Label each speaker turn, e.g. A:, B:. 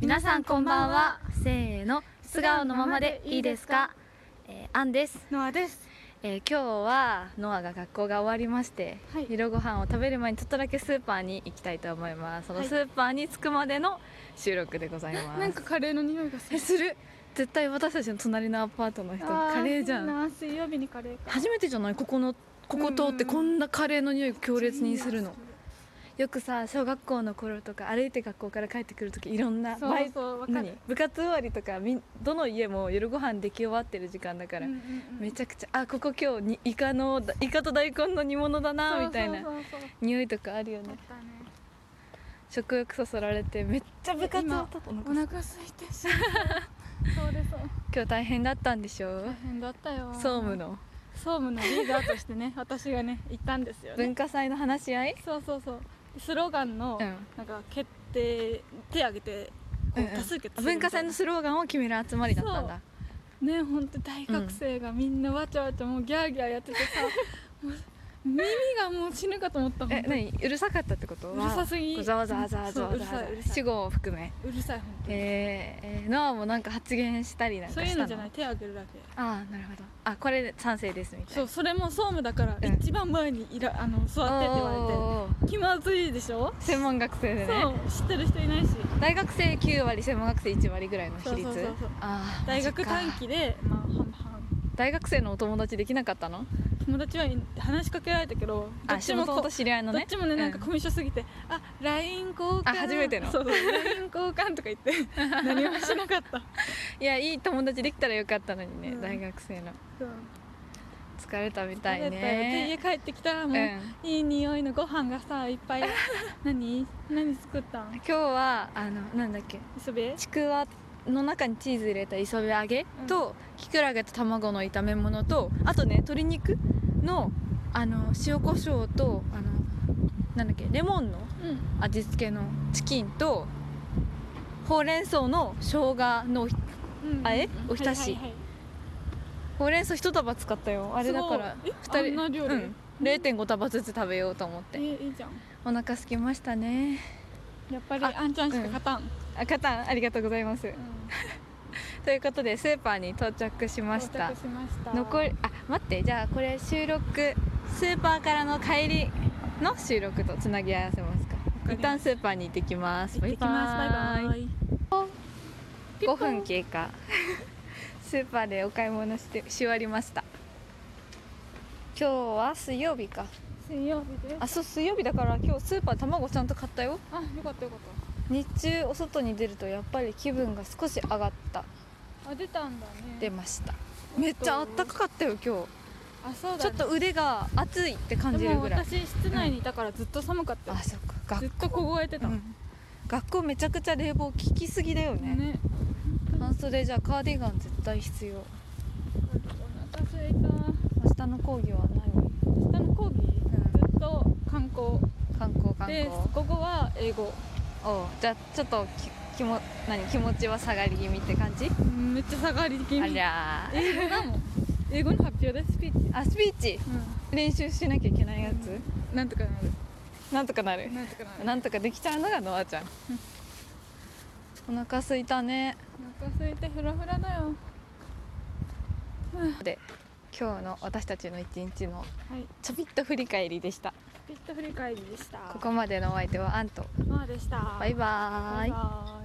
A: 皆さんこんばんはせーの素顔のままでいいですか、えー、アンです、
B: ノアです。
A: えー今日はノアが学校が終わりまして、
B: はい
A: 昼ご飯を食べる前にちょっとだけスーパーに行きたいと思いますその
B: はい
A: スーパーに着くまでの収録でございます、
B: なんかカレーの匂いがす
A: え
B: る。
A: する絶対私たちの隣のアパートの人カレーじゃん
B: あー水曜日にカレーか。
A: 初めてじゃないここのここ通ってこんなカレーの匂い強烈にするのよくさ小学校の頃とか歩いて学校から帰ってくる時いろんな
B: そう
A: バイ
B: そうわか
A: 何
B: る。
A: 部活終わりとかみんどの家も夜ご飯出来終わってる時間だから、め
B: ゃ
A: ちゃくちゃあここ今日にイカのイカと大根の煮物だなみたいな
B: そうそうそうそう
A: 匂いとかあるよ
B: だっ
A: ね
B: たね。
A: 食欲そそられてめっちゃ部活終わったと
B: お腹空いてしまう。そうでそう。
A: 今日大変だったんでしょ
B: 大変だったよ。
A: 総務。の
B: 総務のリーダーとして ね、私がね行ったんですよね
A: 文。化祭の話し合い
B: そうそうそう。スローガンの
A: うん
B: なんか決定手挙げてこう多数決するみたいな。
A: 文化祭のスローガンを決める集まりだったんだ
B: ね本当大学生がみんなわちゃわちゃもうギャーギャーやっててさ、もう耳がもう死ぬかと思ったもん
A: え何うるさかったってこと
B: うるさすぎ
A: わざわざわざわざ
B: そう
A: わ
B: うる
A: ざ
B: さいうるさい
A: 死後を含め
B: うるさい本当に、
A: えーえーノアもなんか発言したりなん
B: そ
A: か
B: うい
A: し
B: う
A: た
B: の
A: の
B: じゃない手挙げるだけ
A: ああなるほどあこれ賛成ですみたいな
B: そうそれも総務だから
A: うん
B: 一番前にいら、あの座ってって言わ
A: おーおーお
B: れて気まずいでしょ、
A: ー専門学生でね
B: そう知ってる人いないし
A: 大学生9割専門学生1割ぐらいの比率
B: そうそうそうそう
A: ああ
B: 大学短期でまあ半々
A: 大学生のお友達できなかったの
B: 友達はい話しかけられたけどど
A: あ
B: っ
A: 仕
B: ちも
A: 事
B: こと
A: 知り合いの
B: ど
A: ね
B: っちもねなんか
A: う
B: コミュ障すぎて、あ LINE 交換
A: あ初めての
B: そうそう LINE 交換とか 言って何もしなかった
A: いやいい友達できたらよかったのにね、
B: うん
A: 大学生の
B: そう
A: 疲れたみたい
B: 食べたよで家
A: ね
B: 帰ってきたらもう、
A: うん
B: いい匂いのご飯がさいっ ぱい何何作ったん
A: 今日はあのなんだっけ
B: 磯辺
A: ちくわの中にチーズ入れた磯辺揚げ
B: うん
A: と、きくらげと卵の炒め物とあとね鶏肉のあの塩コショウとあのなんだっけレモンの
B: うん
A: 味付けのチキンとほうれん草の生姜の
B: うん
A: あえ
B: うん
A: おひたし
B: はいはいはい
A: ほうれん草一束使ったよあれだから
B: すごいえ
A: 二
B: あんな料理
A: うん、0.5束ずつ食べようと思って、
B: えいいじゃん
A: お腹空きましたね
B: やっぱり
A: あ
B: あんちゃんしか勝たん、
A: あカタンありがとうございますということでスーパーに到着し
B: うん
A: ました
B: 到着しました
A: 残りあ待ってじゃあこれ収録スーパーからの帰りの収録とつなぎ合わせますか
B: かりました
A: 一旦スーパーに行ってきます
B: 行ってきますバイバイ
A: イ5分経 過スーパーでお買い物してし終わりました今日は水曜日か
B: 水曜日です
A: あそう水曜日だから今日スーパー卵ちゃんと買ったよ
B: あよかったよかっ
A: 日中お外に出るとやっぱり気分が少し上がった
B: たあ出たんだね
A: 出ましためっちゃあったかかったよ今
B: あそう
A: 日ち
B: だ、
A: ょっ
B: ね、
A: と腕が熱いって感じ
B: で
A: る
B: も
A: ぐらい
B: 私室内にいたからずっと寒かったよ
A: あ、そっか
B: ず
A: 学
B: っと凍えてた、
A: う
B: ね
A: ん学校めちゃくちゃ冷房効きすぎだよね半袖じゃカーディガン絶対必要
B: お腹すいた
A: 明日の講義はないわ
B: 下の講義、ずっと観光
A: 観光観
B: で
A: 光
B: 午後は英語
A: おうじゃあちょっとき気も何気持ちは下がり気味って感じ
B: うんめっちゃ下がり気
A: あ
B: 味
A: りゃー
B: 英語だもん英語の発表でスピーチ、
A: あスピーチ練習しなきゃいけないやつ、
B: うん、なんとかなる
A: なんとかなる
B: なんとかなる
A: なんとかできちゃうのがノアちゃん、お腹すいたね
B: お腹すいてフラフラだよ
A: で今日の私たちの一日の
B: はい
A: ちょびっと振り返りでした
B: ピット振り返りでした
A: ここまでのお相手はアンと
B: まあでした
A: バイバーイ
B: バイバーイ